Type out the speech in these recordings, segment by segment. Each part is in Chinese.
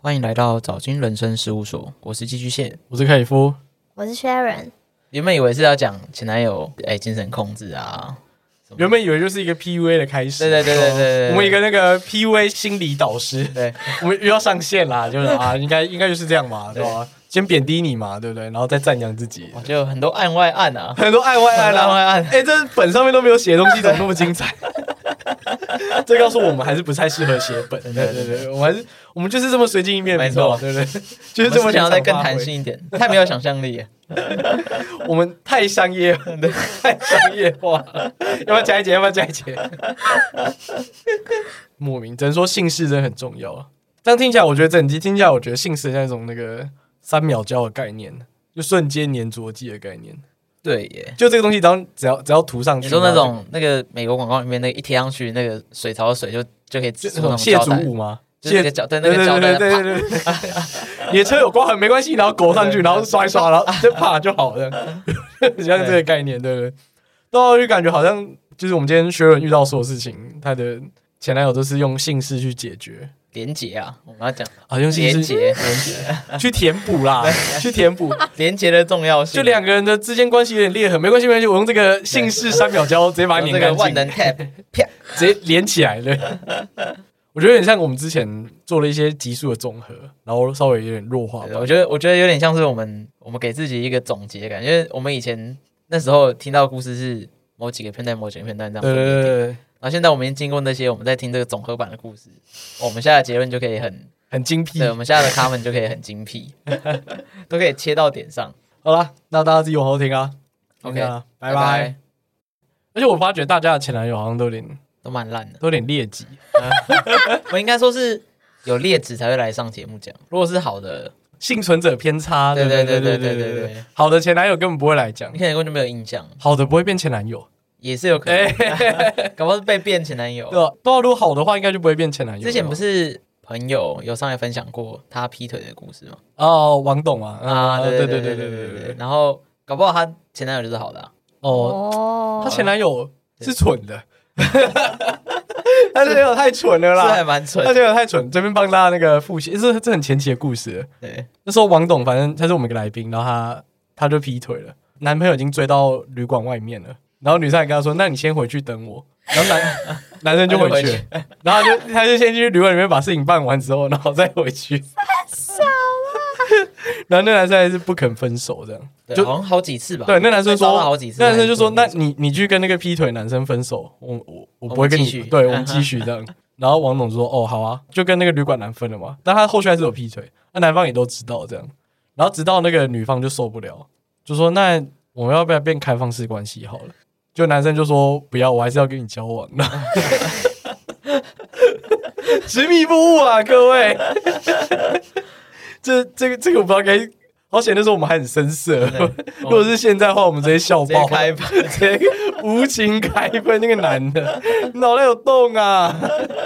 欢迎来到早金人生事务所，我是寄居蟹。我是凯夫，我是 Sharon，原本以为是要讲前男友哎、精神控制啊，原本以为就是一个 PUA 的开始，对对对对对对，我们一个那个 PUA 心理 导师，对我们又要上线啦，就是啊，应该应该就是这样嘛，对对吧？先贬低你嘛，对不对？然后再赞扬自己，我就很多案外案啊，很多爱外爱案外啦。 案，哎，这本上面都没有写的东西，怎么那么 精彩？这告诉我们还是不太适合写本，对对对，我们还是我们就是这么随机应变，没你知道吧错对不对？ 就就是是这么我想要再更临场发挥弹，性一点，太没有想象力了。我们太商业，太商业化了，要不要加一节？要不要加一节？莫名，只能说姓氏真的很重要啊。这样听起来，我觉得整集听起来，我觉得姓氏像一种那个三秒交的概念，就瞬间粘着剂的概念。对耶，就这个东西，只要只要只要涂上去，你说那然后种那个美国广告里面那个一贴上去，那个水槽的水就就可以就止就住那那种种蟹胶足带，舞吗？就是那蟹个胶对那个对胶带对对对对对， 你的车有刮痕没关系，然后裹上去，然后刷一刷，然后就啪就好了， 像这个概念，对不对？对啊，就感觉好像就是我们今天学人遇到所有事情，她的前男友都是用姓氏去解决，连结啊，我们要讲啊，用姓连氏结，去填补 啦，去填补，连结的重要性，就两个人的之间关系有点裂痕，没关系没关系，我用这个姓氏三秒胶直接把它用粘这个干万净。能 tap，直接连起来了。 我觉得有点像我们之前做了一些级数的综合，然后稍微有点弱化吧我。觉得我觉得有点像是我们我们给自己一个总结感，因为我们以前那时候听到的故事是某几个片段某几个片段这样对分对别对听，对，对然后现在我们已经经过那些，我们在听这个总和版的故事，我们现在的结论就可以 很，很精辟对，。我们现在的 comment 就可以很精辟， 都可以切到点上。好啦，那大家自己往后听啊。 OK，听啊拜拜。，而且我发觉大家的前男友好像都有点都蛮烂的。都有点劣迹，我应该说是有劣质才会来上节目讲，如果是好的，幸存者偏差。对对对对对对对对对，好的前男友根本不会来讲你，可能根本就没有印象，好的不会变前男友。也是有可哎能，，搞不好是被变前男友对。吧？对啊，如果好的话，应该就不会变前男友了。之前不是朋友有上来分享过他劈腿的故事吗？哦，王董啊，啊，对对对对对对对对对对对。对，然后搞不好他前男友就是好的啊，哦，哦她前男友是蠢 的，她前男友太蠢了是还啦，蛮蠢她。前男友太蠢。这边帮大家那个复习，诶这这很前期的故事。对，那时候王董，反正他是我们一个来宾，然后他他就劈腿了，男朋友已经追到旅馆外面了，然后女生还跟他说：“那你先回去等我。”然后 男男生就回去了，然后他就他就先去旅馆里面把事情办完之后，然后再回 去。笑了，然后那男生还是不肯分手，这样。对就好像好几次吧。对，那男生被骚说扰好几次，那男生就说：“还那是不能你你去跟那个劈腿男生分手，我我我不会跟我们继续嗯你，对我们继续这样。”然后王董说：“哦，好啊，就跟那个旅馆男分了嘛。”但他后续还是有劈腿，那男方也都知道这样。然后直到那个女方就受不了，就说：“那我们要不要变开放式关系好了？”就男生就说：“不要，我还是要跟你交往的。” 执迷不悟啊，各位！ 这这个这个我不知道该，好险那时候我们还很生涩。对 如果是现在的话，我们直接笑直接爆，开 吧。直接无情开喷那个男的，脑袋有洞啊！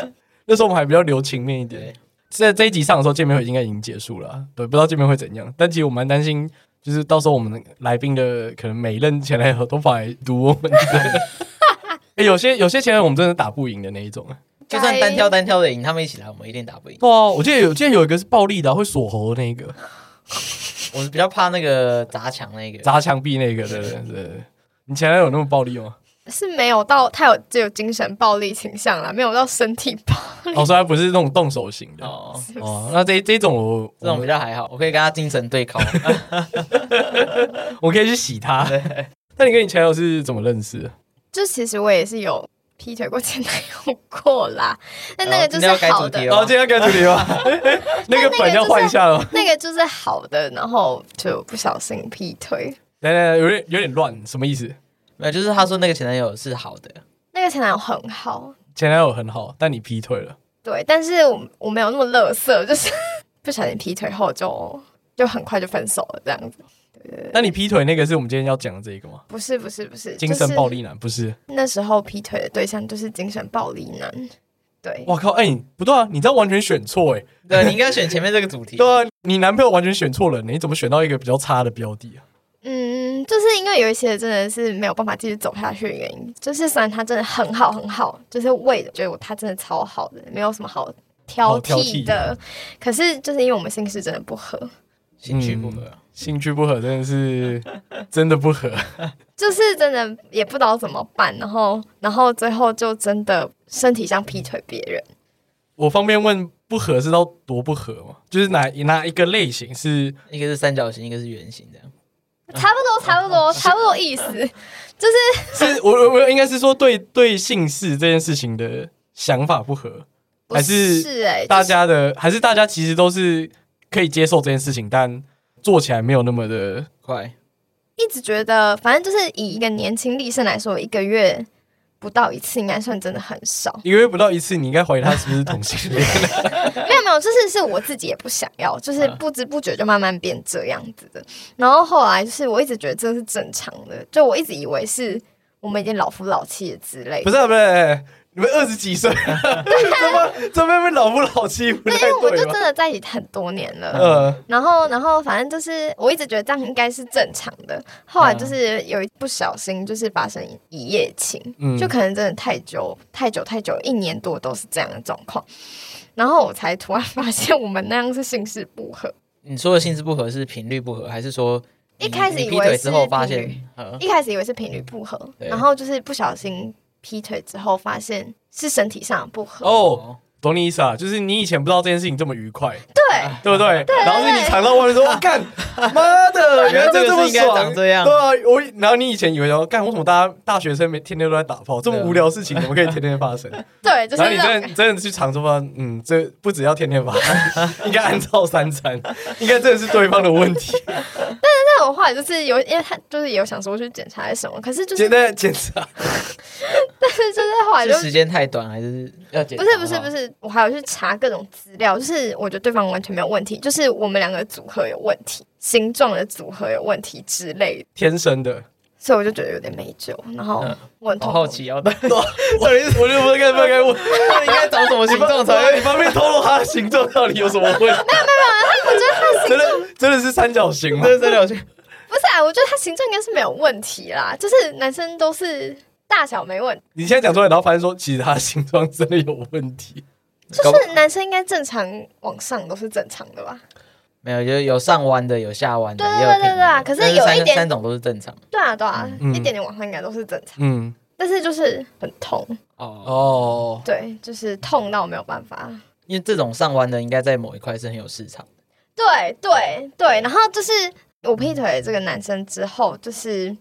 那时候我们还比较留情面一点对。在这一集上的时候，见面会应该已经结束了啊、对，不知道见面会怎样。但其实我蛮担心，就是到时候我们来宾的可能每任前男友都跑来堵我们 的。欸有些有些前男友我们真的打不赢的那一种啊。就算单挑单挑的赢，他们一起来，我们一定打不赢。对啊，我记得有记得有一个是暴力的啊、会锁喉的那个，我比较怕那个砸墙那个， 砸墙壁那个，对对对对。你前男友那么暴力 吗？是没有到他有只有精神暴力倾向啦，没有到身体暴哦，所以他不是那种动手型的。哦，力。 哦，那这这种我这种比较还好，我可以跟他精神对 抗。我可以去洗他。 那你跟你前男友是怎么认识的？就其实我也是有劈腿过前男友过啦，但那个哦好就今天要是改主好题的，了哦，今天要改主题吗？ 那个本要换一下了。 那个就是好的，然后就不小心劈腿。来来来，有点有点乱，什么意思？没有，就是他说那个前男友是好的，那个前男友很好，前男友很好，但你劈腿了。对，但是我我没有那么乐色，就是不小心劈腿后就就很快就分手了这样子。那你劈腿那个是我们今天要讲的这个吗？不是不是不是，精神就是暴力男不是？那时候劈腿的对象就是精神暴力男，对，我靠，哎、你不对啊，你这样完全选错哎、 对你应该选前面这个主题。对啊，你男朋友完全选错人，你怎么选到一个比较差的标的啊？嗯，就是因为有一些真的是没有办法继续走下去的原因，就是虽然他真的很好很好，就是为觉得我他真的超好的，没有什么好挑挑剔剔的，可是就是因为我们姓氏真的不合，兴趣不合啊，兴趣不合真的 是真的不合，就是真的也不知道怎么办，然后然后最后就真的身体上劈腿别人，我方便问不合是到多不合吗？就是哪哪一个类型是一个是三角形，一个是圆形，这样差不多差不多差不多意思，就是是我我我应该是说对对姓氏这件事情的想法不合，不还是是哎、大就是家的还是大家其实都是可以接受这件事情，但做起来没有那么的。快。一直觉得，反正就是以一个年轻力盛来说，一个月不到一次应该算真的很少一个月不到一次，你应该怀疑他是不是同性 恋。没有没有，就是是我自己也不想要，就是嗯不知不觉就慢慢变这样子的。然后后来就是我一直觉得这是正常的，就我一直以为是我们已经老夫老妻了之类的。不是、啊、不是、你们二十几岁， 怎么怎么被老夫老妻不对，因太为我们对就吧？真的在一起很多年了。呃，然后，然后反正就是，我一直觉得这样应该是正常的。后嗯来就是有一不小心，就是发生一夜情，嗯就可能真的太久、太久、太久，一年多都是这样的状况。然后我才突然发现，我们那样是性事不合。你说的性质不合是频率不合，还是说你一开始以你为劈腿之后发是频现合？一开始以为是频率不合，对然后就是不小心劈腿之后，发现是身体上的不合。哦懂你意思啊，就是你以前不知道这件事情这么愉快，对，对不对？然后是你尝到外面说，我干，妈的，原来哎这么 原来这个是应该爽，长这样对啊，我然后你以前以为说，干，为什么大家大学生每天天都在打炮，这么对啊无聊的事情怎么可以天天发 生？对，就是然后你那种真的真的去尝试发现，嗯，这不只要天天发 生，应该按照三餐，应该真的是对方的问题，那种话，就是有，因为他就是有想说去检查还是什么，可是就是简单的检查。 就是就是后来就是时间哦太短，还是要解？不是不是不，是，我还有去查各种资料，就是我觉得对方完全没有问题，就是我们两个组合有问题，形状的组合有问题之类的，天生的，所以我就觉得有点没救。然后我好很痛苦嗯好，奇哦，我我就不该不该问，那你应该找什么形状才你会？方便透露他的形状到底有什么问题？没有没有，我觉得他真的真的是三角形吗？ 这三角形，不是啊，我觉得他形状应该是没有问题啦，就是男生都是大小没问题，你现在讲出来，然后发现说，其实他的形状真的有问题。搞不就是男生应该正常往上都是正常的吧？没有，就是有上弯的，有下弯的，对对也有对平对啊的。可是但有三一点三种都是正常对啊对啊，嗯一点点往上应该都是正常，嗯，但是就是很痛，哦。哦，对，就是痛到没有办法。因为这种上弯的，应该在某一块是很有市场的。对对对，然后就是我劈腿这个男生之后，就是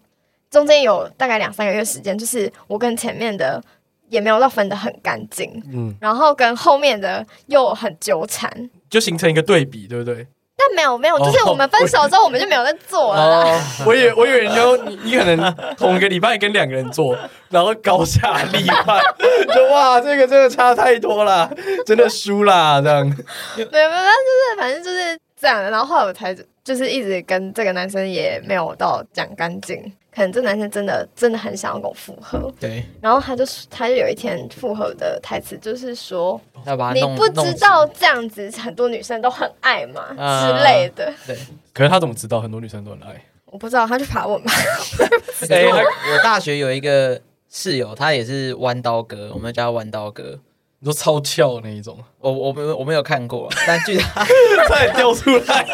中间有大概两三个月时间，就是我跟前面的也没有到分得很干净，嗯，然后跟后面的又很纠缠，就形成一个对比，对不对？但没有没有，哦就是我们分手之后我们就没有在做了啦。哦，我以为我以为你就你你可能同一个礼拜跟两个人做，然后高下立判， 就哇，这个真的差太多啦，真的输啦，这样。 没有没有，但就是反正就是这样的。然后后来我才就是一直跟这个男生也没有到讲干净，可能这男生真的真的很想要跟我复合，对，然后他就他就有一天复合的台词就是说。要把它你弄不知道这样子，很多女生都很爱嘛、啊之类的。 弄死可是他怎么知道很多女生都很哎爱？我不知道，他去爬文吧。哎对，我我大学有一个室友，他也是弯刀哥，我们叫他弯刀哥。你说超翘那一种，我我没有我没有看过，但据他差点掉出来。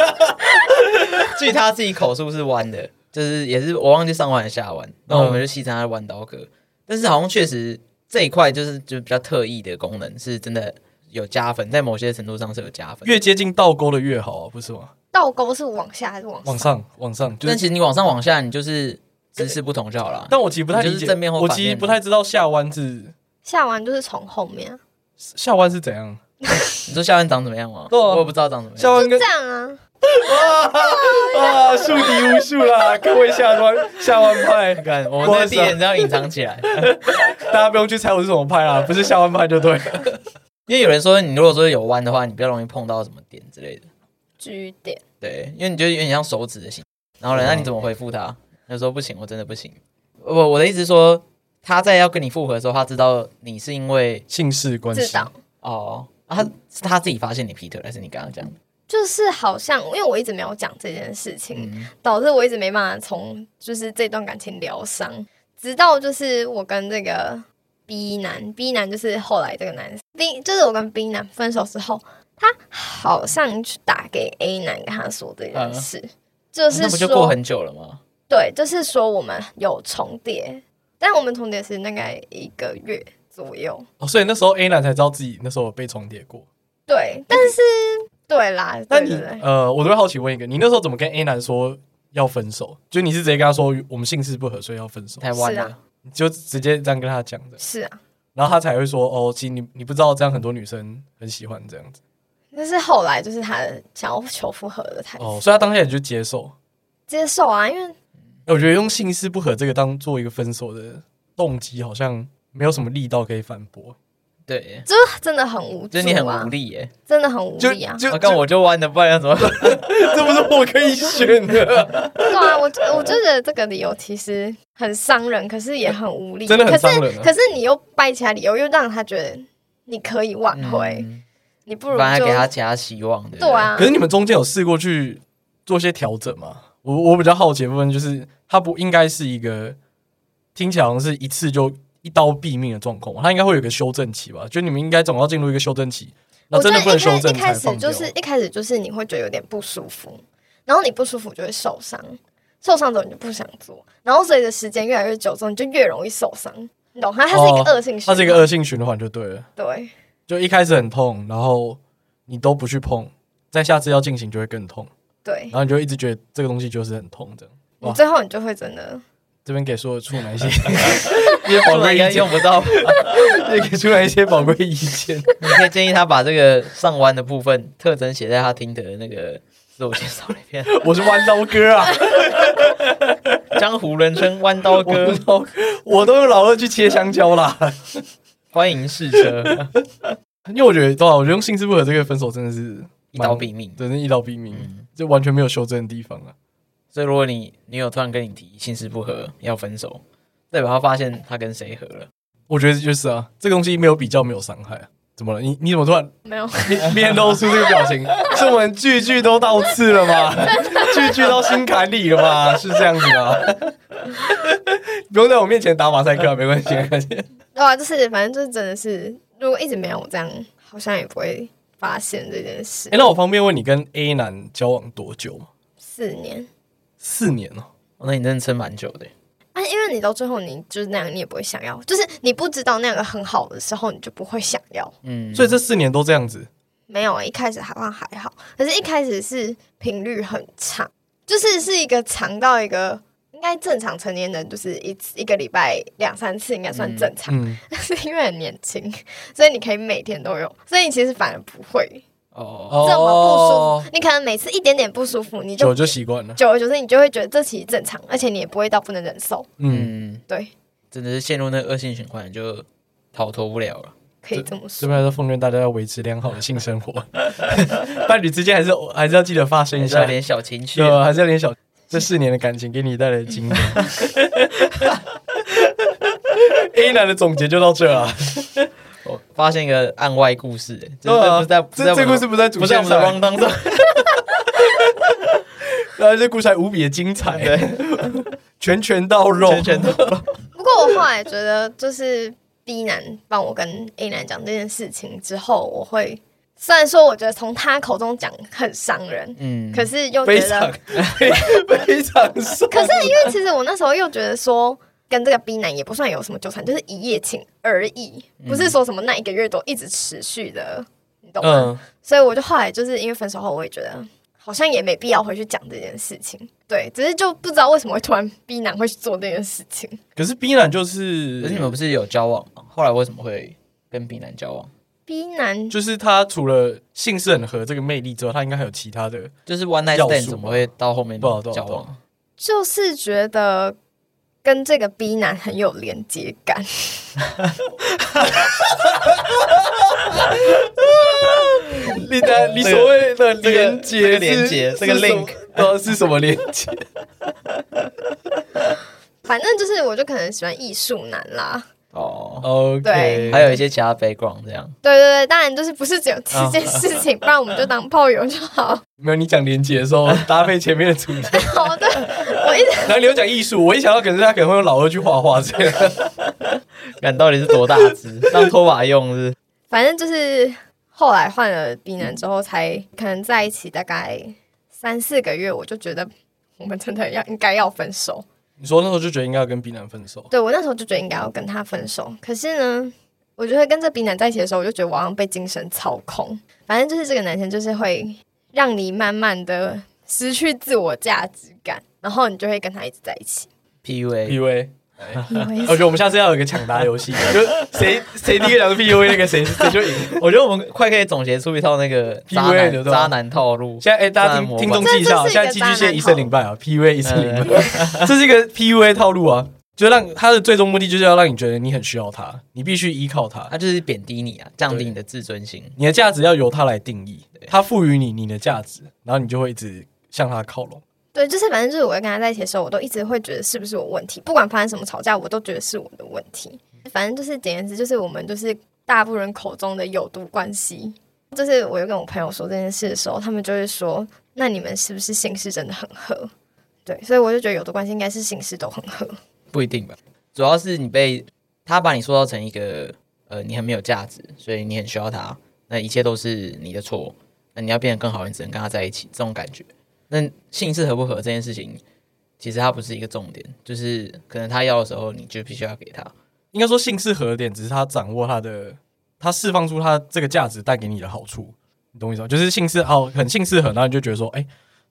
据他自己口述是弯的，就是也是我忘记上弯还是下弯，那我们就戏称他是弯刀哥。但是好像确实这一块就是就比较特异的功能，是真的有加分，在某些程度上是有加分。 越接近倒钩的越好啊，不是吗？ 倒钩是往下还是往上？往上，往上，就但是。其实你往上往下，你就是姿势不同就好了。但我其实不太理你就解，是正面或我反面其实不太知道下弯是下完就是从后面啊，下弯是怎样。你说下弯长怎么样吗？对啊我也不知道长怎么下样。弯就跟这样啊。 啊，树敌无数啦！各位下弯下弯派，你看，我不们好的意思敌啊人要隐藏起来，大家不用去猜我是什么派 啦，不是下弯派就对了。因为有人说你如果说有弯的话，你比较容易碰到什么点之类的。据点，对，因为你就有点像手指的形。然后呢，嗯那你怎么回复他？他说不行，我真的不行。我我的意思是说，他在要跟你复合的时候，他知道你是因为姓氏关知系，道。哦，啊他是他自己发现你劈腿，还是你刚刚讲的？就是好像，因为我一直没有讲这件事情，嗯，导致我一直没办法从就是这段感情疗伤，直到就是我跟这个 B 男，B 男就是后来这个男生，B 就是我跟 B 男分手之后，他好像去打给 A 男，跟他说这件事，就嗯那是不就说过很久了吗？对，就是说我们有重叠，但我们重叠是大概一个月左右。哦，所以那时候 A 男才知道自己那时候有被重叠过。对，但是对啦，那对你对对，呃，我都会好奇问一个，你那时候怎么跟 A 男说要分手？就你是直接跟他说我们性事不合，所以要分手，太弯是了啊，你就直接这样跟他讲的，是啊，然后他才会说哦，其实你你不知道，这样很多女生很喜欢这样子。但是后来就是他想要求复合的，他哦，所以他当下也就接受。接受啊，因为哎我觉得用性事不合这个当做一个分手的动机，好像没有什么力道可以反驳。对，就真的很无助就是你很啊无，力耶。真的很无就力啊。就啊干我就弯了，不然要怎么？这不是我可以 选的，对啊，我就我就觉得这个理由其实很伤人，可是也很无力。真的很伤人啊可是可是你又掰起来理由，又让他觉得你可以挽回，嗯你不如反而就给他其他希望的。不对，啊。可是你们中间有试过去做些调整吗？我我比较好奇的部分就是，它不应该是一个听起来好像是一次就一刀毙命的状况嘛，它应该会有一个修正期吧？就你们应该总要进入一个修正期，那我觉真得的一不能开修正一开才始放掉。啊就是一开始就是你会觉得有点不舒服，然后你不舒服就会受伤，受伤之后你就不想做，然后随着时间越来越久之后，你就越容易受伤，你懂它？它是一个恶性循哦环，它是一个恶性循环就对了。对就一开始很痛，然后你都不去碰，在下次要进行就会更痛，对然，后你就一直觉得这个东西就是很痛这样。哇你最后你就会真的这边给所有处男一些一些宝我贵应意该见用，不到。也给出来一些宝贵意见。你可以建议他把这个上弯的部分特征写在他听的那个自我介绍里面。我是弯刀哥啊，江湖人称弯刀哥我，都我都用老二去切香蕉啦。欢迎试 车，因为我觉得，对啊，我觉得用性致不合这个分手真的是一刀毙命。真的一刀毙命，嗯，就完全没有修正的地方啊了。所以如果你女友突然跟你提性事不合要分手，代表她发现她跟谁合了，我觉得就是啊，这个东西没有比较，没有伤害啊。怎么了？你你怎么突然没有。面面露出这个表 情？是我们句句都到刺了吗？句句到心坎里了吗？是这样子吗？ 不用在我面前打马赛克啊，没关系，没关系。对啊，就是反正就是真的是，如果一直没有这样，好像也不会发现这件事哎、。那我方便问你跟 A 男交往多久吗？四年四年哦、哦那你真的撑蛮久的。啊，因为你到最后你就是那样，你也不会想要，就是你不知道那个很好的时候，你就不会想要。嗯，所以这四年都这样子。没有，啊一开始好像还好，可是一开始是频率很长，就是是一个长到一个应该正常成年人就是一次一个礼拜两三次应该算正常，嗯，但 是因为很年轻，所以你可以每天都有，所以你其实反而不会哦，这么不舒服，哦你可能每次一点点不舒服，你就久就习惯了。久而久之，你就会觉得这其实正常，而且你也不会到不能忍受，嗯，嗯，对，真的是陷入那个恶性循环，就逃脱不了了。可以这么这说。边还是奉劝大家要维持良好的性生活， 伴侣之间还是还是要记得发生一你知道下，点小情绪对，啊吧，还是要点小。这四年的感情给你带来的经历。A 男的总结就到这啊，我哦发现一个案外故事，就对是啊不在不在这我这们故事不在主不在我线们的上，汪当中，然后这故事还无比的精彩，拳拳到哎肉，全全都 不过我后来觉得，就是 B 男帮我跟 A 男讲这件事情之后，我会虽然说我觉得从他口中讲很伤人，嗯，可是又非觉常得，非 非常伤。 可是因为其实我那时候又觉得说。跟这个 B 男也不算有什么纠缠，就是一夜情而已，不是说什么那一个月都一直持续的，你懂吗？嗯，所以我就后来就是因为分手后，我也觉得好像也没必要回去讲这件事情。对，只是就不知道为什么会突然 B 男会去做这件事情。可是 B 男就是，可是你们不是有交往吗？后来为什么会跟 B 男交往？ B 男就是他除了性是很合这个魅力之外，他应该还有其他的。就是 one night 要素 stand 怎么会到后面不好不好交不好往？就是觉得跟这个 B 男很有连接感， 你的你所谓的连这接个连接是这个是什么 link 呃是什么连 接？反正就是我就可能喜欢艺术男啦。哦， OK，对还有一些其他 background 这样。对对对，当然就是不是只有这件事情，不然我们就当炮友就好。 没有？你讲连接的时 候搭配前面的主题，好的，我一直然后你又讲艺术，我一想到可能他可能会用老二去画画这样。看到底是多大只，当拖把用是不反正就是后来换了 B 男之后，才可能在一起大概三四个月，我就觉得我们真的要应该要分手。你说那时候就觉得应该要跟 B 男分手，对我那时候就觉得应该要跟他分手，可是呢，我就会跟这 B 男在一起的时候，我就觉得我好像被精神操控。反正就是这个男生就是会让你慢慢的失去自我价值感，然后你就会跟他一直在一起。是？PUA， ，PUA。因为我觉得我们下次要有一个抢答游戏， 就谁谁第一个讲是 PUA 那个谁谁就赢。我觉得我们快可以总结出一套那个渣 PUA 男的对吧渣男套路。现在哎、大家占听我听吧众记一下哦，这现在这寄是一居个蟹一渣胜男零败啊，PUA 一胜零嗯哎败， 这是一个 PUA 套路啊。就让他的最终目的就是要让你觉得你很需要他，你必须依靠他，他就是贬低你啊，降低你的自尊心。你的价值要由他来定义，他赋予你你的价值，然后你就会一直向他靠拢。对，就是反正就是我跟他在一起的时候，我都一直会觉得是不是我问题，不管发生什么吵架，我都觉得是我的问题。反正就是简言之，就是我们就是大部分人口中的有毒关系。就是我又跟我朋友说这件事的时候，他们就会说：“那你们是不是姓氏真的很合？”对，所以我就觉得有毒关系应该是姓氏都很合。不一定吧，主要是你被他把你塑造成一个呃，你很没有价值，所以你很需要他，那一切都是你的错，那你要变得更好，你只能跟他在一起，这种感觉。那性氏合不合这件事情，其实它不是一个重点，就是可能他要的时候，你就必须要给他。应该说性是合点，只是他掌握他的，他释放出他这个价值带给你的好处，你懂我意思吗？就是性是好很性适合，然后你就觉得说，哎、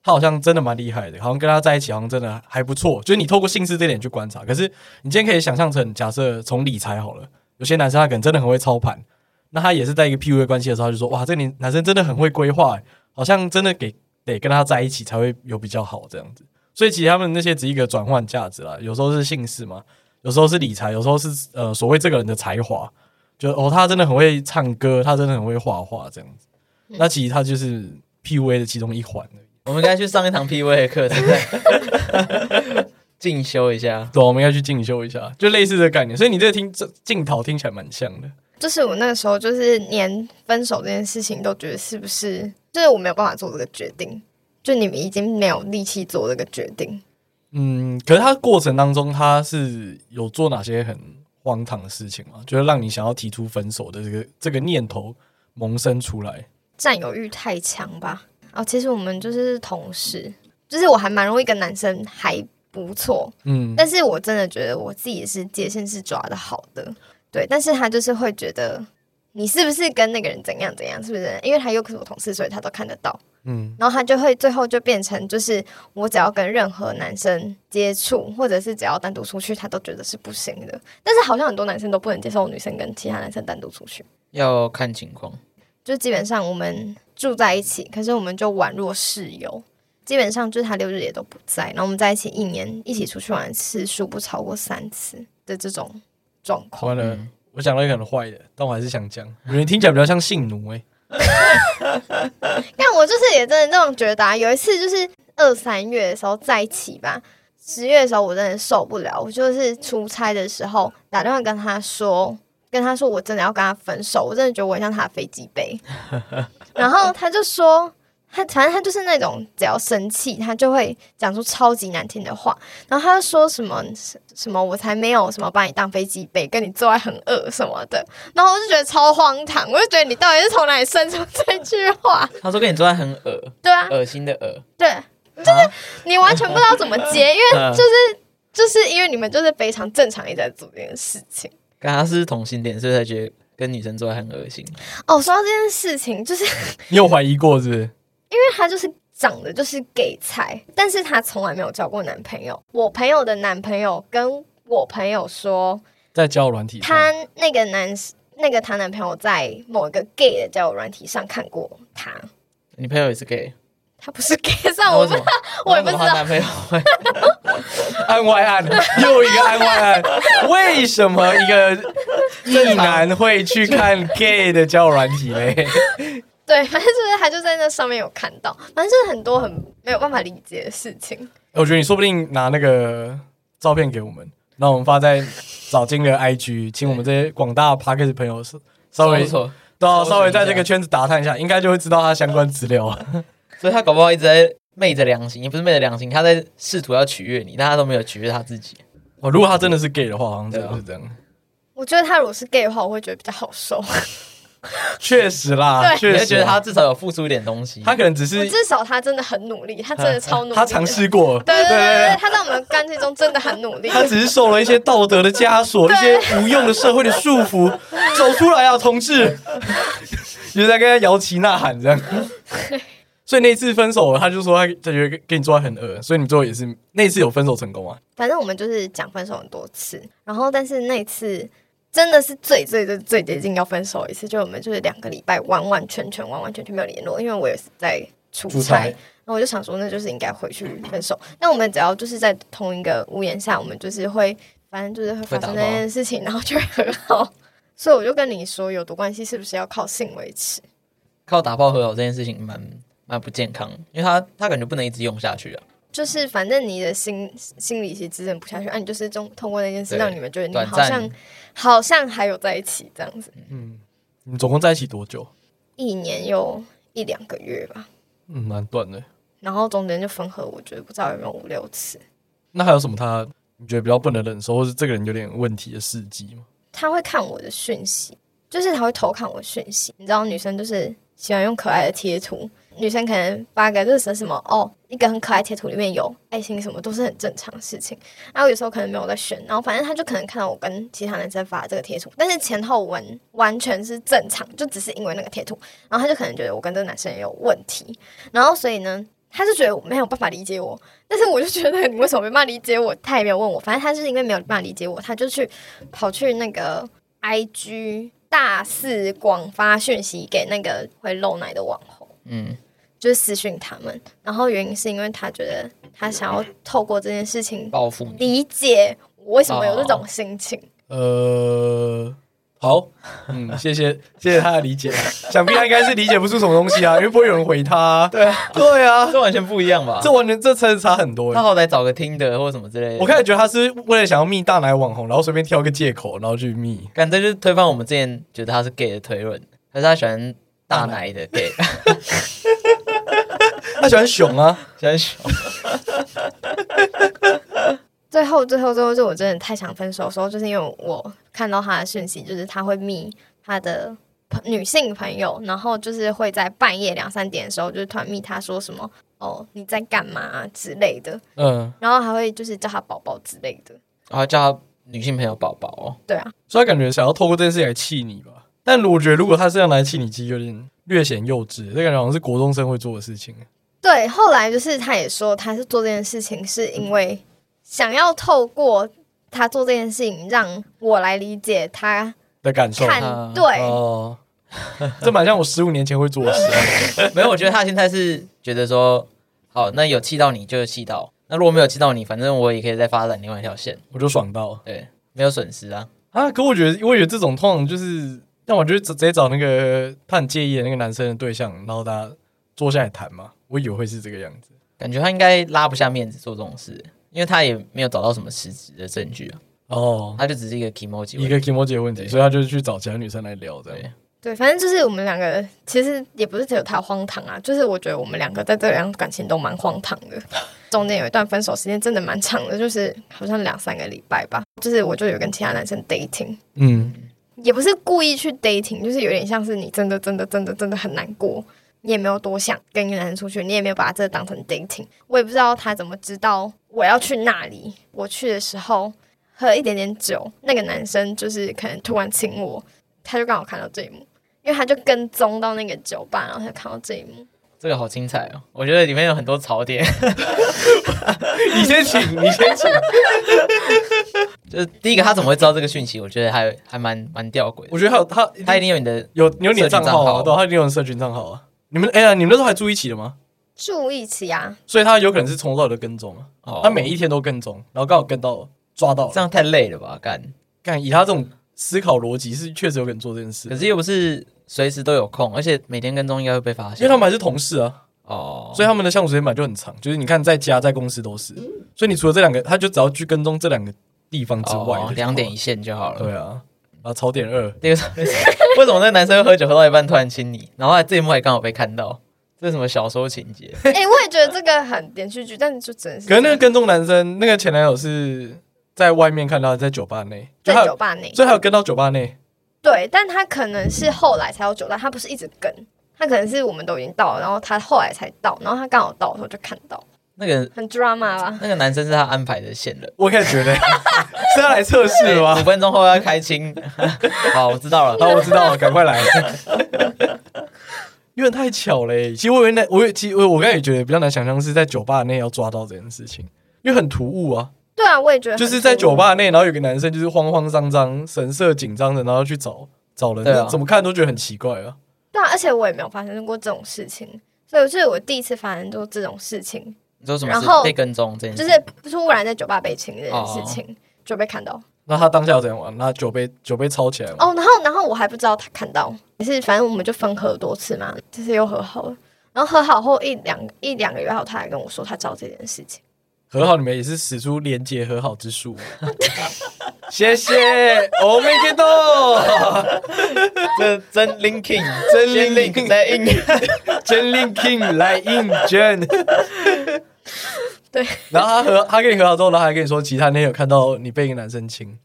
他好像真的蛮厉害的，好像跟他在一起好像真的还不错。就是你透过性是这点去观察，可是你今天可以想象成，假设从理财好了，有些男生他可能真的很会操盘，那他也是在一个 PUA 关系的时候，他就说，哇，这个男生真的很会规划、欸好像真的给得跟他在一起才会有比较好这样子。所以其实他们那些只是一个转换价值啦，有时候是性事嘛，有时候是理财，有时候是呃所谓这个人的才华，就哦他真的很会唱歌，他真的很会画画这样子。那其实他就是 PUA 的其中一环而已我们应该去上一堂 PUA 的课，对不对？ 进修一下，对啊，我们应该去进修一下，就类似的概念。所以你这个听这镜头听起来蛮像的，就是我那个时候，就是连分手这件事情都觉得是不是，就是我没有办法做这个决定，就你们已经没有力气做这个决定。嗯，可是他过程当中他是有做哪些很荒唐的事情吗？就是让你想要提出分手的这个这个念头萌生出来。占有欲太强吧？哦，其实我们就是同事，就是我还蛮容易跟男生还不错，嗯，但是我真的觉得我自己是界限是抓的好的，对，但是他就是会觉得你是不是跟那个人怎样怎样，是不是？因为他又是我同事，所以他都看得到，嗯，然后他就会最后就变成就是我只要跟任何男生接触，或者是只要单独出去，他都觉得是不行的。但是好像很多男生都不能接受女生跟其他男生单独出去。要看情况。就基本上我们住在一起，可是我们就宛若室友。基本上就是他六日也都不在，然后我们在一起一年，一起出去玩的次数不超过三次的这种状完况。了，嗯我讲到一个很坏的，但我还是想讲，有人听起来比较像性奴哎、 但我就是也真的这种觉得、啊，有一次就是二三月的时候在一起吧，十月的时候我真的受不了，我就是出差的时候打电话跟他说，跟他说我真的要跟他分手，我真的觉得我很像他的飞机杯，然后他就说。他反正他就是那种只要生气，他就会讲出超级难听的话，然后他就说什么什么我才没有什么把你当飞机杯，跟你做爱很恶什么的，然后我就觉得超荒唐，我就觉得你到底是从哪里生出这句话？他说跟你做爱很恶，对啊，恶心的恶，对，呃啊你完全不知道怎么接， 因为嗯哎就是就是因为你们就是非常正常一直在做这件事情。刚他是不是同性恋，所以才觉得跟女生做爱很恶心。哦，说到这件事情，就是 因为你有怀疑过是不是？他就是长得就是 gay 菜，但是他从来没有交过男朋友。我朋友的男朋友跟我朋友说，在交友软体上，她那个男那个她男朋友在某一个 gay 的交友软体上看过她。你朋友也是 gay，他 不是 gay 上，那我为不什么？我也不知那为什么她道，男朋友会案外案， 又一个案外案。为什么一个异男会去 看 gay 的交友软体嘞？对，反正就是他就在那上面有看到，反正就是很多很没有办法理解的事情。 我觉得你说不定拿那个照片给我们，那我们发在早金的 IG，请我们这些广大 p a r k e t 朋友稍稍微不错，对啊搜寻一下稍微在这个圈子打探一下，应该就会知道他相关资 料啊。所以他搞不好一直在昧着良心，也不是昧着良心，他在试图要取悦你，但他都没有取悦他自己。哦，如果他真的是 gay 的话，好像真的对啊是这样。我觉得他如果是 gay 的话，我会觉得比较好受。确实啦，对你确会实觉得啦他至少有付出一点东西。他可能只我是 至少他真的很努力，他真 的超努力。他尝。试过，对对 对对对对，他在我们干系中真的很努力。他只是受了一些道德的枷锁，一些无用的社会的束缚，走出来啊，同志！就在跟他摇旗呐喊这样。所以那次分手，他就说他他觉得跟你做爱很恶，所以你们最后也是那次有分手成功啊？反正我们就是讲分手很多次，然后但是那一次真的是最最最最接近要分手一次，就我们就是两个礼拜完完全全完完全全没有联络，因为我也是在出出差，差然后我就想说那就是应该回去分手。那我们只要就是在同一个屋檐下，我们就是会反正就是会会发生打那炮件事情，然后就会和好。所以我就跟你说，有毒关系是不是要靠性维持？靠打炮和好这件事情蛮蛮不健康，因为他他感觉不能一直用下去啊。就是反正你的心心里其实支撑不下去，啊，你就是中通过那件事对让你们觉得你们短好像暂好像还有在一起这样子，嗯，你们总共在一起多久？一年又一两个月吧，嗯，蛮短的。然后中间就分合，我觉得不知道有没有五六次。那还有什么他你觉得比较不能忍受，或是这个人有点问题的事迹吗？他会看我的讯息，就是他会偷看我讯息。你知道女生就是喜欢用可爱的贴图，女生可能发个这是什么哦，一个很可爱贴图里面有爱心什么，都是很正常的事情。然后有时候可能没有在选，然后反正他就可能看到我跟其他男生发这个贴图，但是前后文完全是正常，就只是因为那个贴图，然后他就可能觉得我跟这个男生也有问题，然后所以呢。他就觉得我没有办法理解我，但是我就觉得你为什么没办法理解我？他也没有问我，反正他就是因为没有办法理解我，他就去跑去那个 IG 大肆广发讯息给那个会露奶的网红，嗯，就是私讯他们。然后原因是因为他觉得他想要透过这件事情报复你。理解我为什么有这种心情。呃，好，嗯，谢谢谢谢他的 理解，想必他应该是理解不出什么东西啊，因为不会有人回他啊、对啊，对啊， 这完全不一样吧？这完全这真的差很多他欸。好歹找个听的或什么之类的。我开始觉得他是为了想要密大奶网红，然后随便挑个借口，然后去密。感觉就是推翻我们之前觉得他是 gay 的推论，可是他喜欢大奶的 gay，他喜欢熊啊， 喜欢小最后，最后，最后，就我真的太想分手的时候，就是因为我看到他的讯息，就是他会密他的朋女性朋友，然后就是会在半夜两三点的时候，就是突然密他说什么哦你在干嘛、之类的， 嗯，然后还会就是叫他宝宝之类的。然后叫他女性朋友宝宝哦。对啊，所以他感觉想要透过这件事情来气你吧。但我觉得如果他这样来气你，其实有点略显幼稚，这感觉好像是国中生会做的事情。对。后来就是他也说，他是做这件事情是因为想要透过他做这件事情，让我来理解他的感受看他对。哦， 这蛮像我十五年前会做的事 啊。没有，我觉得他现在是觉得说，好，那有气到你就气到，那如果没有气到你，反正我也可以再发展另外一条线，我就爽到对，没有损失啊。啊！可我觉得，我觉得这种通常就是，但我觉得直直接找那个他很介意的那个男生的对象，然后大家坐下来谈嘛。我以为会是这个样子。感觉他应该拉不下面子做这种事，因为他也没有找到什么实质的证据啊，哦，他就只是一个 emoji 一个 i m o j i 的问题，对所以他就去找其他女生来聊这样。对，反正就是我们两个，其实也不是只有他荒唐啊，就是我觉得我们两个在这两感情都蛮荒唐的。中间有一段分手时间真的蛮长的，就是好像两三个礼拜吧。就是我就有跟其他男生 dating，嗯，也不是故意去 dating，就是有点像是你真的真的真的真的很难过，你也没有多想跟一个男生出去，你也没有把这当成 dating。我也不知道他怎么知道我要去那里。我去的时候喝一点点酒，那个男生就是可能突然亲我，他就刚好看到这一幕，因为他就跟踪到那个酒吧，然后他就看到这一幕。这个好精彩哦！我觉得里面有很多槽点，你先请，你先请。就是第一个他怎么会知道这个讯息？我觉得还还蛮蛮吊诡的。我觉得还有他，他他一定有你的，有有你的账社群号账啊，号对啊，他一定有你的社群账号啊。你们哎呀，你们那时候还住一起的吗？注意起啊！所以他有可能是从头到尾都跟踪啊，哦他每一天都跟踪，然后刚好跟到抓到了这。样太累了吧？干，干以他这种思考逻辑，是确实有可能做这件事可。是又不是随时都有空，而且每天跟踪应该会被发现。因为他们还是同事啊，哦，所以他们的相处时间本来就很长。就是你看，在家在公司都是，所以你除了这两个，他就只要去跟踪这两个地方之外哦的，两点一线就好了。对啊，然后槽点二，第二个 为什么那男生喝酒喝到一半突然亲你，然后这一幕还刚好被看到，这是什么小说情节？ 哎、我也觉得这个很连续剧，但就只能是可是那个跟踪男生，那个前男友是在外面看到，在酒吧内，就还在有酒吧内，所以还有跟到酒吧内，对，但他可能是后来才有酒吧，他不是一直跟，他可能是我们都已经到了，然后他后来才到，然后他刚好到的时候就看到，那个很 drama 啦。那个男生是他安排的线人，我也觉得 是要来测试五吗？分钟后要开清。 好，我知道了。好，我知道了，赶快来。 因为太巧嘞、其实我以为那，我以为其实我我刚才也觉得比较难想象是在酒吧内要抓到这件事情，因为很突兀啊。对啊，我也觉得就是在酒吧内，然后有个男生就是慌慌张张、神色紧张的，然后去找找人，对啊那怎么看都觉得很奇怪啊。对啊，而且我也没有发生过这种事情，所以我是我第一次发生过这种事情，你说什么然事后被跟踪这件事？就是突然在酒吧被亲这件事情。哦就被看到那他当下有怎样玩？那酒杯酒杯抄起来嘛？哦，然后然后我还不知道他看到，也是反正我们就分合多次嘛，就是又和好了。然后和好后一两一两个月后，他还跟我说他知道这件事情。和好你们也是使出廉洁和好之术。 谢谢，我没给到，这真 linking，真 先 linking 再 in。真令 king 来应卷。 对，然后他和他跟你和好之后，然后还跟你说，其他天有看到你被一个男生亲，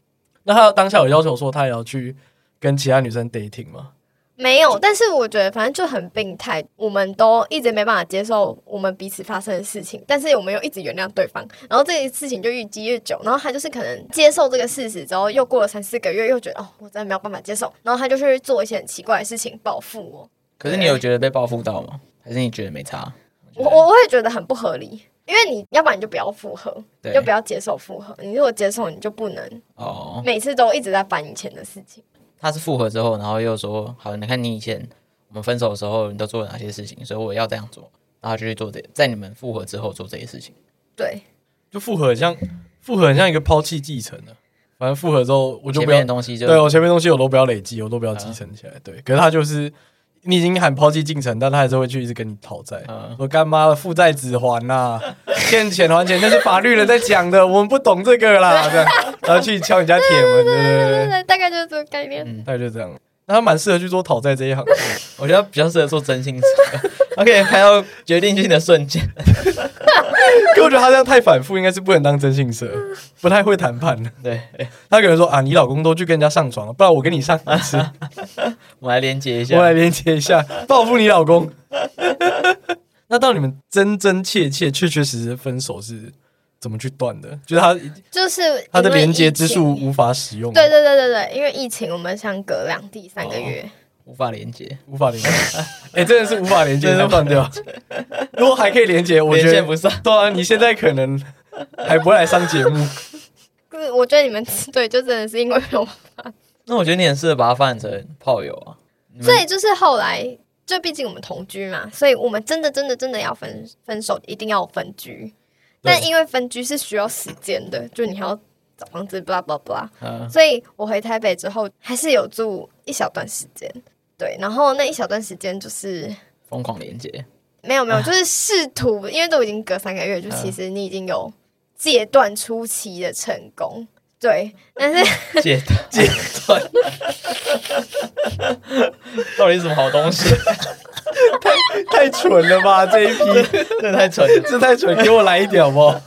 那他当下有要求说他也要去跟其他女生 dating 吗？没有，但是我觉得反正就很病态，我们都一直没办法接受我们彼此发生的事情，但是我们又一直原谅对方，然后这个事情就越积越久，然后他就是可能接受这个事实之后，又过了三四个月，又觉得哦，我真的没有办法接受，然后他就去做一些很奇怪的事情报复我，可是你有觉得被报复到吗？还是你觉得没差？我我我也觉得很不合理，因为你要不然你就不要复合，对就不要接受复合，你如果接受，你就不能哦，每次都一直在翻以前的事情。他是复合之后，然后又说好，你看你以前我们分手的时候，你都做了哪些事情，所以我要这样做，然后就去做这，在你们复合之后做这些事情。对，就复合很像，复合很像一个抛弃继承啊。反正复合之后，我就前不要面的东西就嗯对我前面东西我都不要累积，我都不要继承起来。对，可是他就是你已经喊抛弃进程，但他还是会去一直跟你讨债，嗯说干妈的父债子还呐、欠钱还钱，那是法律人在讲的，我们不懂这个啦，这样，然后去敲人家铁门，对对对对对，对，大概就是这个概念。大概就这样。那他蛮适合去做讨债这一行，我觉得比较适合做真 心社，他可以拍到决定性的瞬间。可我觉得他这样太反复，应该是不能当征信社，不太会谈判。对，他可能说啊，你老公都去跟人家上床了，不然我跟你上一次。我们来连接一下我。来连接一下，报复你老公。 那到你们真真切切、确确实实分手是怎么去断的？就是他就是他的因为连接疫之情术无法使用，对对对对对，因为疫情，我们相隔两地三个月。无法连接，无法连接。 哎、真的是无法连接，真的就断掉。如果还可以连接，我连觉线得不上。对啊，你现在可能还不会来上节目。可是我觉得你们对，就真的是因为我，那我觉得你很适合把它发展成炮友啊。你所们以就是后来，就毕竟我们同居嘛，所以我们真的真的真的要分分手，一定要分居。对但因为分居是需要时间的，就你还要找房子，blah blah blah。嗯，所以我回台北之后，还是有住一小段时间。对，然后那一小段时间就是疯狂连 接，没有没有，就是试图，因为都已经隔三个月，就其实你已经有戒断初期的成功，对，但是戒断戒断， 到底是什么好东西？ 太蠢了 吧，这一批，这太蠢了。这太蠢，给我来一点好不好？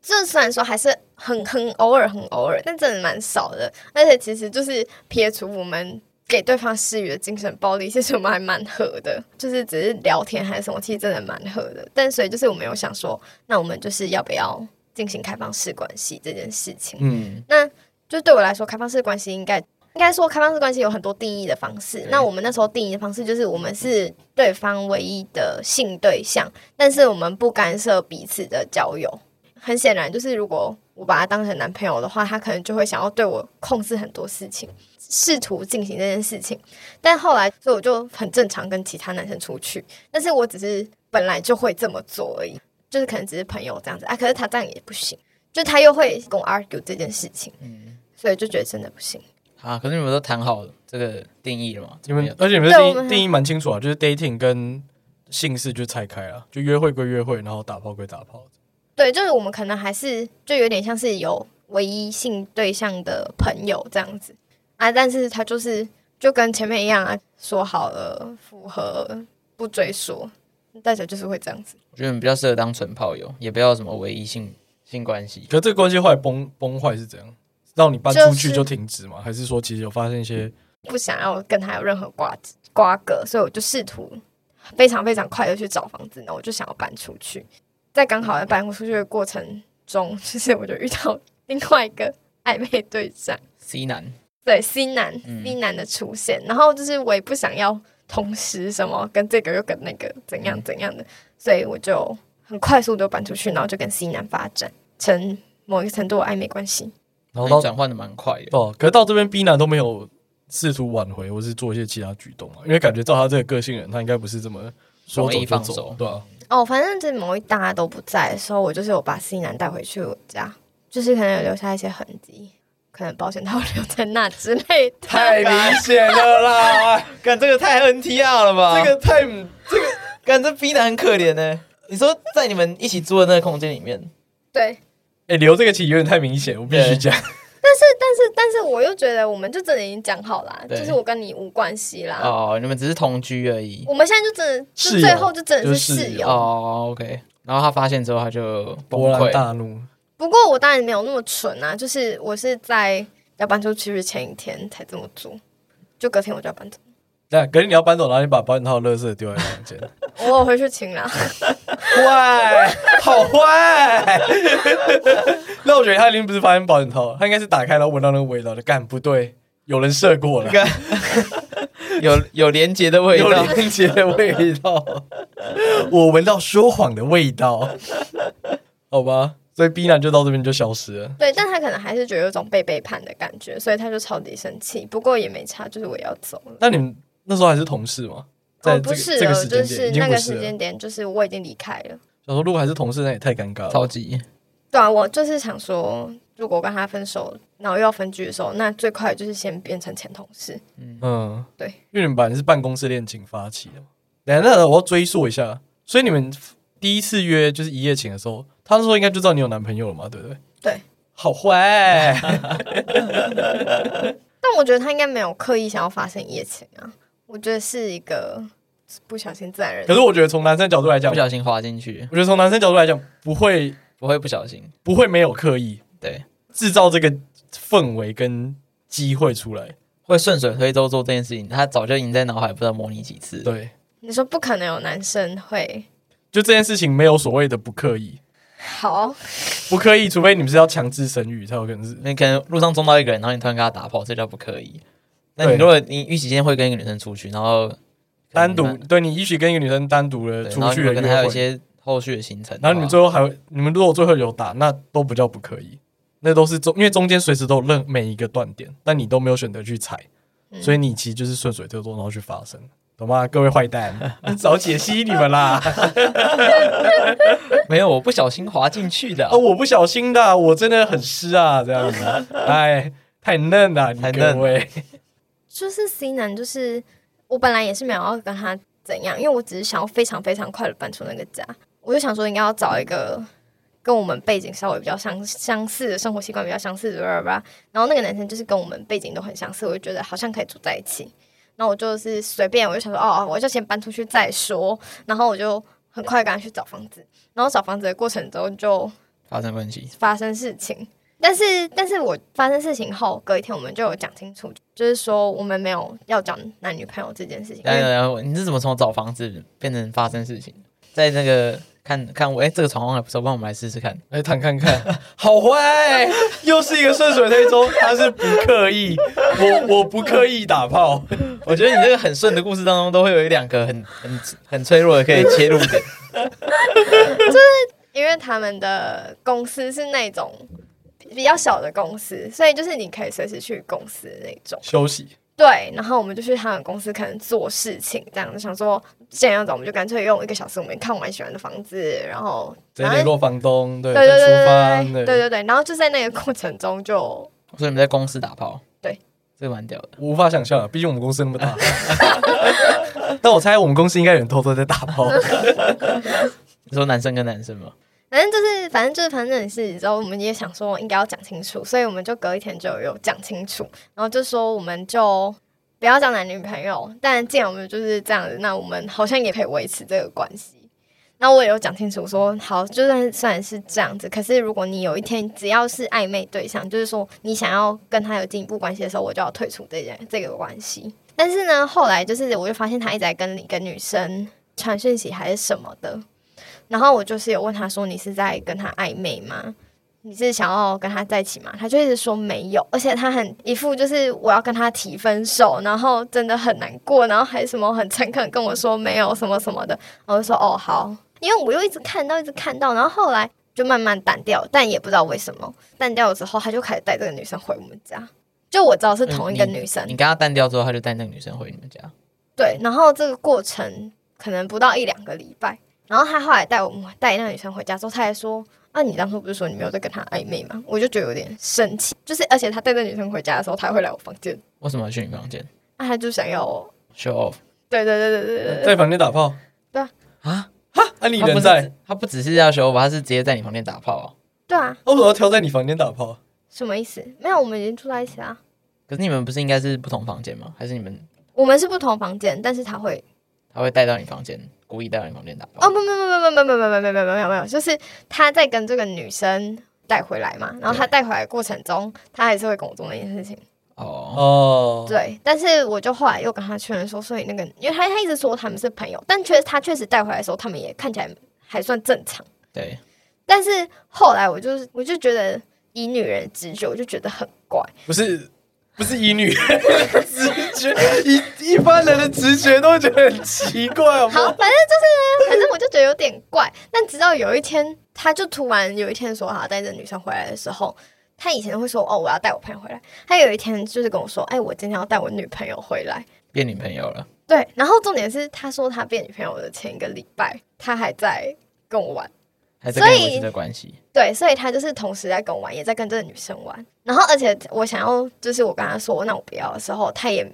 这虽然说还是很很偶尔很偶尔，但真的蛮少的，而且其实就是撇除我们。给对方施予的精神暴力，其实我们还蛮合的，就是只是聊天还是什么，其实真的蛮合的。但所以就是我们有想说，那我们就是要不要进行开放式关系这件事情？嗯，那就对我来说，开放式关系应该应该说开放式关系有很多定义的方式。那我们那时候定义的方式就是我们是对方唯一的性对象，但是我们不干涉彼此的交友。很显然，就是如果我把他当成男朋友的话，他可能就会想要对我控制很多事情，试图进行这件事情。但后来，所以我就很正常跟其他男生出去，但是我只是本来就会这么做而已，就是可能只是朋友这样子啊。可是他这样也不行，就他又会跟我 argue 这件事情，所以就觉得真的不行。啊，可是你们都谈好这个定义了吗？你们而且你们对我定们义定义蛮清楚啊，就是 dating 跟性事就拆开了，就约会归约会，然后打炮归打炮。对，就是我们可能还是就有点像是有唯一性对象的朋友这样子啊，但是他就是就跟前面一样啊，说好了复合不追溯，大家就是会这样子。我觉得你们比较适合当纯炮友，也不要什么唯一性性关系。可这个关系后来崩崩坏是怎样？让你搬出去就停止吗？还是说其实有发生一些？不想要跟他有任何瓜子瓜葛，所以我就试图非常非常快的去找房子，然后我就想要搬出去。在刚好要搬出去的过程中，就是我就遇到另外一个暧昧对象， C 男，对 C 男、嗯 C 男的出现，然后就是我也不想要同时什么跟这个又跟那个怎样嗯怎样的，所以我就很快速的搬出去，然后就跟 C 男发展成某一个程度的暧昧关系。那然后你到转换的蛮快的，哦，可是到这边 B 男都没有试图挽回，或是做一些其他举动啊，因为感觉照他这个个性人，他应该不是这么说容走易就放走手，对啊，哦，反正这某一大家都不在的时候，我就是有把 C 男带回去我家，就是可能有留下一些痕迹，可能保险套 留在那之类的。明显了 啦，干这个太 NTR 了吧？这个太唔干这 B 男很可怜呢。你说在你们一起住的那个空间里面，对，哎留这个题有点太明显，我必须讲，但是但是但是我又觉得，我们就真的已经讲好啦，对就是我跟你无关系啦。哦，你们只是同居而已。我们现在就真的，室就友最后就真的是就是室室友友。哦，OK。然后他发现之后，他就崩勃然溃。大怒，不过我当然没有那么蠢啊，就是我是在要搬出去前一天才这么做，就隔天我就要搬走。但可是你要搬走，然后你把保险套、垃圾丢在房间，我有回去请啦， 坏，好坏。 那我觉得他一定不是发现保险套，他应该是打开然后闻到那个味道就干不对，有人射过了，干有有连接的味有道，连接的味 道，我闻到说谎的味道，好吧。所以 B 男就到这边就消失了。对，但他可能还是觉得有种被背叛的感觉，所以他就超级生气。不过也没差，就是我要走了。那你们那时候还是同事吗？在哦，这不个、是这个了，时就间点是已那经个不时是了。间点，就是我已经离开了。想说如果还是同事，那也太尴尬超了。级对啊，我就是想说，如果跟他分手，然后又要分居的时候，那最快就是先变成前同事。嗯，对，因为你们本来是办公室恋情发起的嘛。等一下，那我要追溯一下，所以你们第一次约就是一夜情的时候，他那时候应该就知道你有男朋友了嘛，对不对？对，好 坏，但我觉得他应该没有刻意想要发生一夜情啊，我觉得是一个不小心自然而可然。是我觉得从男生角度来讲，不我小心滑进去，觉得从男生角度来讲，不会不会不小心。不会没有刻意对，制造这个氛围跟机会出来。会顺水推舟做这件事情，他早就已经在脑海不知道模拟几次了。对，你说不可能有男生会就这件事情没有所谓的不刻意，好，不刻意，除非你们是要强制生育才有可能是。你可能路上撞到一个人，然后你突然跟他打炮，这叫不可以。那你对如果你预期今天会跟一个女生出去，然后单可独能你对你一起跟一个女生单独的们对出然后去的你可约能还有会一，些后续的行程，然后你们最后还会，你们如果最后有打，那都不叫不可以，那都是中，因为中间随时都有任每一个断点，但你都没有选择去踩，所以你其实就是顺水推舟，然后去发生，懂吗？各位坏蛋， 早解析你们啦！没有，我不小心滑进去的哦啊，，我不小心的啊，我真的很湿啊，这样子，哎，太嫩了，你太各嫩位，就是 C 男，就是我本来也是没有要跟他怎样，因为我只是想要非常非常快的搬出那个家，我就想说应该要找一个跟我们背景稍微比较相相似的生活习惯比较相似的吧吧。然后那个男生就是跟我们背景都很相似，我就觉得好像可以住在一起。然后我就是随便，我就想说哦，我就先搬出去再说。然后我就很快赶快去找房子，然后找房子的过程中就发生关系，发生事情。但是，但是我发生事情后，隔一天我们就有讲清楚，就是说我们没有要讲男女朋友这件事哎情。因然为然后你是怎么从找房子变成发生事情？在那个看看我，哎、这个床况还不错，帮我们来试试看。来谈看看，好坏，又是一个顺水推舟，他是不刻意，我我不刻意打炮。 我觉得你这个很顺的故事当中，都会有一两个很很很脆弱的可以切入点。因为他们的公司是那种比较小的公司，所以就是你可以随时去公司的那种。休息。对，然后我们就去他们公司可能做事情，这样子想说，既然要走，我们就干脆用一个小时我们看完喜欢的房子，然后直接联络房东，对，对对再出对发，对对对，对，然后就在那个过程中就所以你们在公司打炮，对，这个蛮屌的。我无法想象啊，毕竟我们公司那 么大。 但我猜我们公司应该有人偷偷在打包，你说男生跟男生吗？反正就是，反正就是，反正也是，之后我们也想说应该要讲清楚，所以我们就隔一天就有讲清楚，然后就说我们就不要讲男女朋友，但既然我们就是这样子，那我们好像也可以维持这个关系。然后我也有讲清楚说，好，就算虽然是这样子，可是如果你有一天只要是暧昧对象，就是说你想要跟他有进一步关系的时候，我就要退出这件这个关系。但是呢，后来就是我就发现他一直在跟一个女生传讯息还是什么的，然后我就是有问他说，你是在跟他暧昧吗？你是想要跟他在一起吗？他就一直说没有，而且他很一副就是我要跟他提分手，然后真的很难过，然后还什么很诚恳跟我说没有什么什么的，我就说哦好，因为我又一直看到一直看到，然后后来就慢慢淡掉，但也不知道为什么淡掉了之后，他就开始带这个女生回我们家，就我知道是同一个女生，你跟他淡掉之后，他就带那个女生回你们家。对，然后这个过程可能不到一两个礼拜，然后他后来带我们带那个女生回家之后，他还说：“啊，你当初不是说你没有在跟他暧昧吗？”我就觉得有点生气，就是而且他带那女生回家的时候，他还会来我房间，为什么要去你房间啊，他就想要我， show off 对对对对对对在房间打炮。对啊，啊哈，啊你他不人是在，他不只是要 show off，他是直接在你房间打炮啊。对啊，那为什哦么要挑在你房间打炮？什么意思？没有，我们已经住在一起啊，可是你们不是应该是不同房间吗？还是你们我们是不同房间，但是他会他会带到你房间，故意带到你房间打哦，炮？没有没有没有没有没有没有没有没有没有没有，就是他在跟这个女生带回来嘛，然后他带回来的过程中，他还是会跟我做那件事情。哦，哦，对，但是我就后来又跟他确认说，所以那个，因为他他一直说他们是朋友，但确他确实带回来的时候，他们也看起来还算正常。对，但是后来我就是我就觉得以女人的直觉，我就觉得很怪。不是不是以女人的直觉，一一般人的直觉都会觉得很奇怪，好不好，好？反正就是，反正我就觉得有点怪。但直到有一天，他就突然有一天说，啊他带着女生回来的时候，他以前会说哦，我要带我朋友回来。他有一天就是跟我说，哎，我今天要带我女朋友回来。变女朋友了。对，然后重点是，他说他变女朋友的前一个礼拜，他还在跟我玩。还在跟你所以维持的关系，对，所以他就是同时在跟我玩，也在跟这个女生玩。然后，而且我想要，就是我跟他说那我不要的时候，他也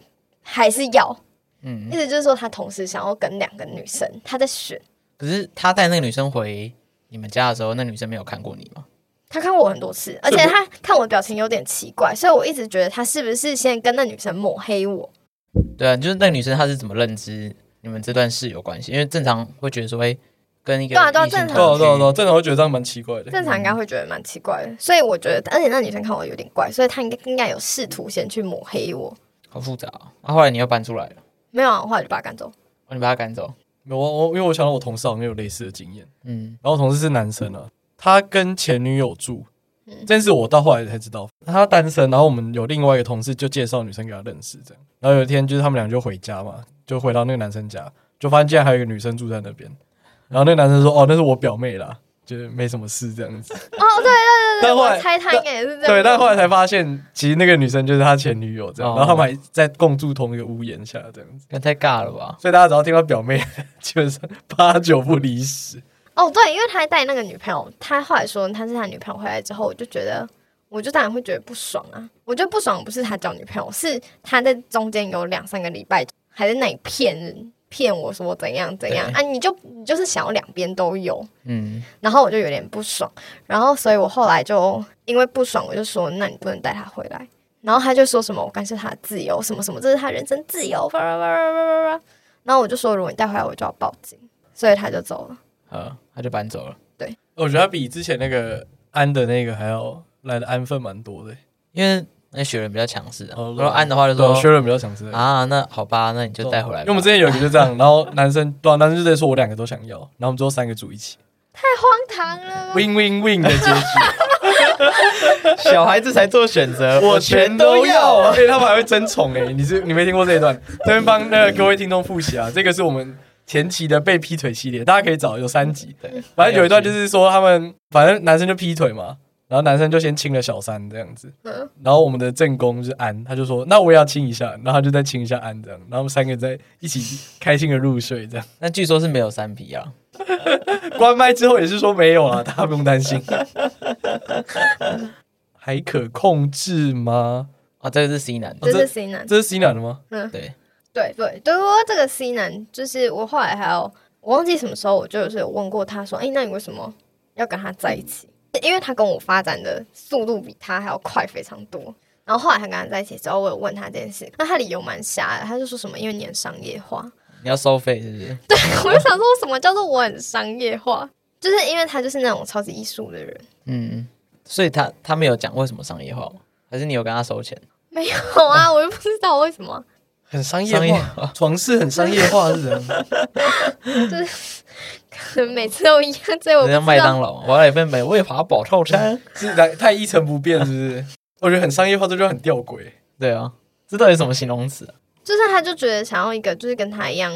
还是要，嗯意，思就是说他同时想要跟两个女生，他在选。可是他带那个女生回你们家的时候，那女生没有看过你吗？他看我很多次，而且他看我的表情有点奇怪，所以我一直觉得他是不是先跟那女生抹黑我？对啊，就是那个女生她是怎么认知你们这段室友关系？因为正常会觉得说，哎、跟一个对啊对啊异性正对啊同对啊对啊，居，正常会觉得这样蛮奇怪的。正常应该会觉得蛮奇怪的，所以我觉得，而且那女生看我有点怪，所以她应该应该有试图先去抹黑我。好复杂、哦。啊，后来你又搬出来了，没有啊，后来就把他赶走。哦你把她赶走，没有我我因为我想到我同事好像有类似的经验，嗯，然后我同事是男生啊，他跟前女友住，嗯这件事我到后来才知道，他单身，然后我们有另外一个同事就介绍女生给他认识，这样，然后有一天就是他们俩就回家嘛，就回到那个男生家，就发现竟然还有一个女生住在那边，然后那个男生说：“哦，那是我表妹啦，就是没什么事这样子。哦，对对对对，但后来我猜他应该也是”这样。对，但后来才发现，其实那个女生就是他前女友这样，哦然后他们还在共住同一个屋檐下这样子，那太尬了吧？所以大家只要听到表妹， 基本上八九不离十。哦，对，因为他带那个女朋友，他后来说他是他女朋友回来之后，我就觉得，我就当然会觉得不爽啊。我觉得不爽不是他交女朋友，是他在中间有两三个礼拜还在那里骗人，骗我说怎样怎样对啊，你就你就是想要两边都有，嗯，然后我就有点不爽，然后所以我后来就因为不爽，我就说那你不能带他回来，然后他就说什么我干涉他的自由什么什么，这是他人生自由，叭叭叭叭叭叭叭，然后我就说如果你带回来我就要报警，所以他就走了。呃，她就搬走了，我觉得他比之前那个安的那个还要来的安分蛮多的、因为那雪人比较强势、啊，哦然后安的话就对啊，薛说仁比较想知道。啊，那好吧，那你就带回来吧，因为我们之前有一个就这样，然后男生对、啊，男生就在说我两个都想要，然后我们最后三个组一起荒唐了吧！ ，win win win 的结局，小孩子才做选 择， 我全都要，啊而且他们还会争宠哎、你是你没听过这一 段？这边帮那个各位听众复习啊，这个是我们前期的被劈腿系列，大家可以找有三集，对，反正有一段就是说他们，反正男生就劈腿嘛，然后男生就先亲了小三这样子，嗯然后我们的正宫就是安，他就说那我也要亲一下，然后他就再亲一下安这样，然后我们三个在一起开心的入睡这样。 那据说是没有三 P 啊，关麦之后也是说没有了，大家不用担 心。还可控制吗？啊，这个是 C 男的，这这是 C 男，这是 C 男的吗？对，对对对，我这个 C 男就是我后来还有我忘记什么时候，我就是有问过他说，哎、那你为什么要跟他在一起？因为他跟我发展的速度比他还要快非常多。然后后来他跟他在一起之后，我有问他这件事，那他理由蛮瞎的，他就说什么因为你很商业化，你要收费是不是？对，我就想说什么叫做我很商业化，就是因为他就是那种超级艺术的人。嗯，所以他他没有讲为什么商业化吗？还是你有跟他收钱？没有啊，我又不知道为什么，很商商业业化，床是很商业化是 人，可能每次都一样，所以我人不家麦知道当劳，我要一份美味华堡套 餐。是来太一成不变，是不是？我觉得很商业化，这就很吊诡。对啊，这到底什么形容词啊？就是他就觉得想要一个就是跟他一样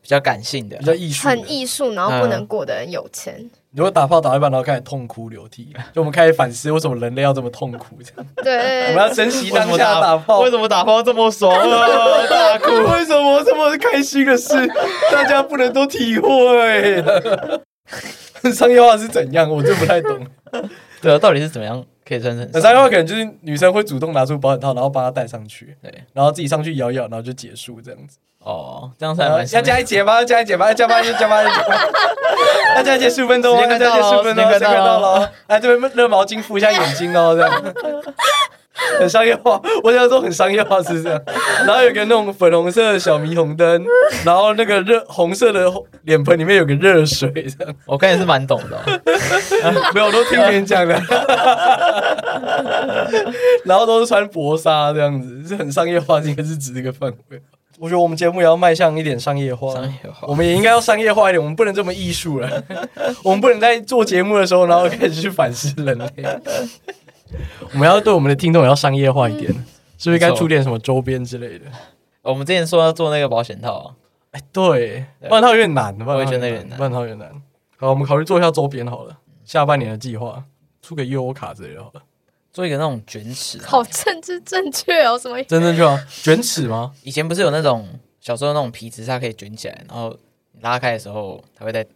比较感性的比，较艺术的，很艺术，然后不能过得很有钱。你会打炮打到一半，然后开始痛哭流涕，就我们开始反思为什么人类要这么痛苦，这样嗯我 对们，要珍惜当下打炮，为什么打包这么爽啊？ 大哭！为什么这么开心的 事，大家不能都体会？ 商业化是怎样？我真不 太懂。对啊，到底是怎么样可以穿成商业化可能就是女生会主动拿出保险套，然后帮他戴上去，对然后自己上去摇一摇，然后就结束这样子。哦，这样才呃要蛮像加一节吗？要加一节吗？要加八，要加 八，要加八，要加一节十五分钟哦，时要间快加一到节了十哦五分钟哦，时时间间快快到到了了哦。来这边热毛巾敷一下眼睛哦，这样。 很商业化，我想说很商业化是这样。然后有个那种粉红色的小霓虹灯，然后那个热红色的脸盆里面有个热水，这样。我看也是蛮懂的 哦、没有，我都听别人讲的。 然后都是穿薄纱这样子，是很商业化，应该是指这个范围。我觉得我们节目也要迈向一点商业化，商业化 我们也应该要商业化一点，我们不能这么艺术了， 我们不能在做节目的时候，然后开始去反思人类。 我们要对我们的听众也要商业化一点，嗯是不是该出点什么周边之类的？我们之前说要做那个保险套、啊，哎，对，对万套有点难，万我也套觉得有有点难万套有点难。好，我们考虑做一下周边好了，下半年的计划，出个优卡之类的好了。做一个那种卷尺、啊。好政治正确哦，什么真正就好 卷尺吗？以前不是有那种小时候那种皮尺，它可以卷起来，然后你拉开的时候，它会在，就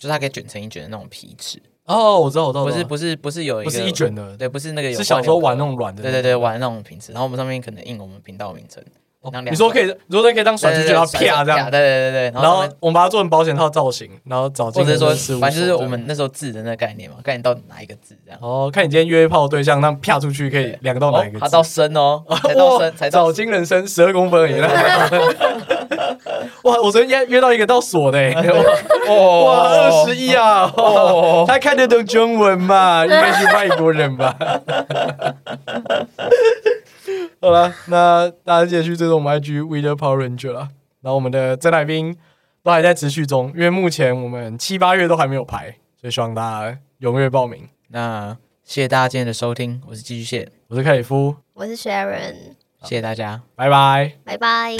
是它可以卷成一卷的那种皮尺，哦，我知道，我知道，不我知是道不是不是有一个不是一，卷的，对，不是那个有是小时候玩那种，种软的。对对对，玩那种皮尺，然后我们上面可能印我们频道名称，哦当两你说可以，你说可以当甩出去，然后对对对啪这样，对对对对，然然后后上面我们把它做成保险套造型，然后找或进者是公说司反正就是事务所我们那时候字的那个概念嘛，看你到底哪一个字这样，哦，看你今天约炮对象，那啪出去可以量到哪一个哦字？它到深哦，才到 哇深才到找金人生十二公分而已。 哇，我昨天约约到一个到锁的欸， 哦哇，二十一啊！哦他看得懂中文嘛？应该是外国人吧？ 好了，那大家记得去追踪我们 IG Weather Power Ranger 啦。然后我们的真来宾都还在持续中，因为目前我们七八月都还没有排，所以希望大家踊跃报名。那谢谢大家今天的收听，我是寄居蟹，我是凯里夫，我是 Sharon，谢谢大家。拜拜。拜拜。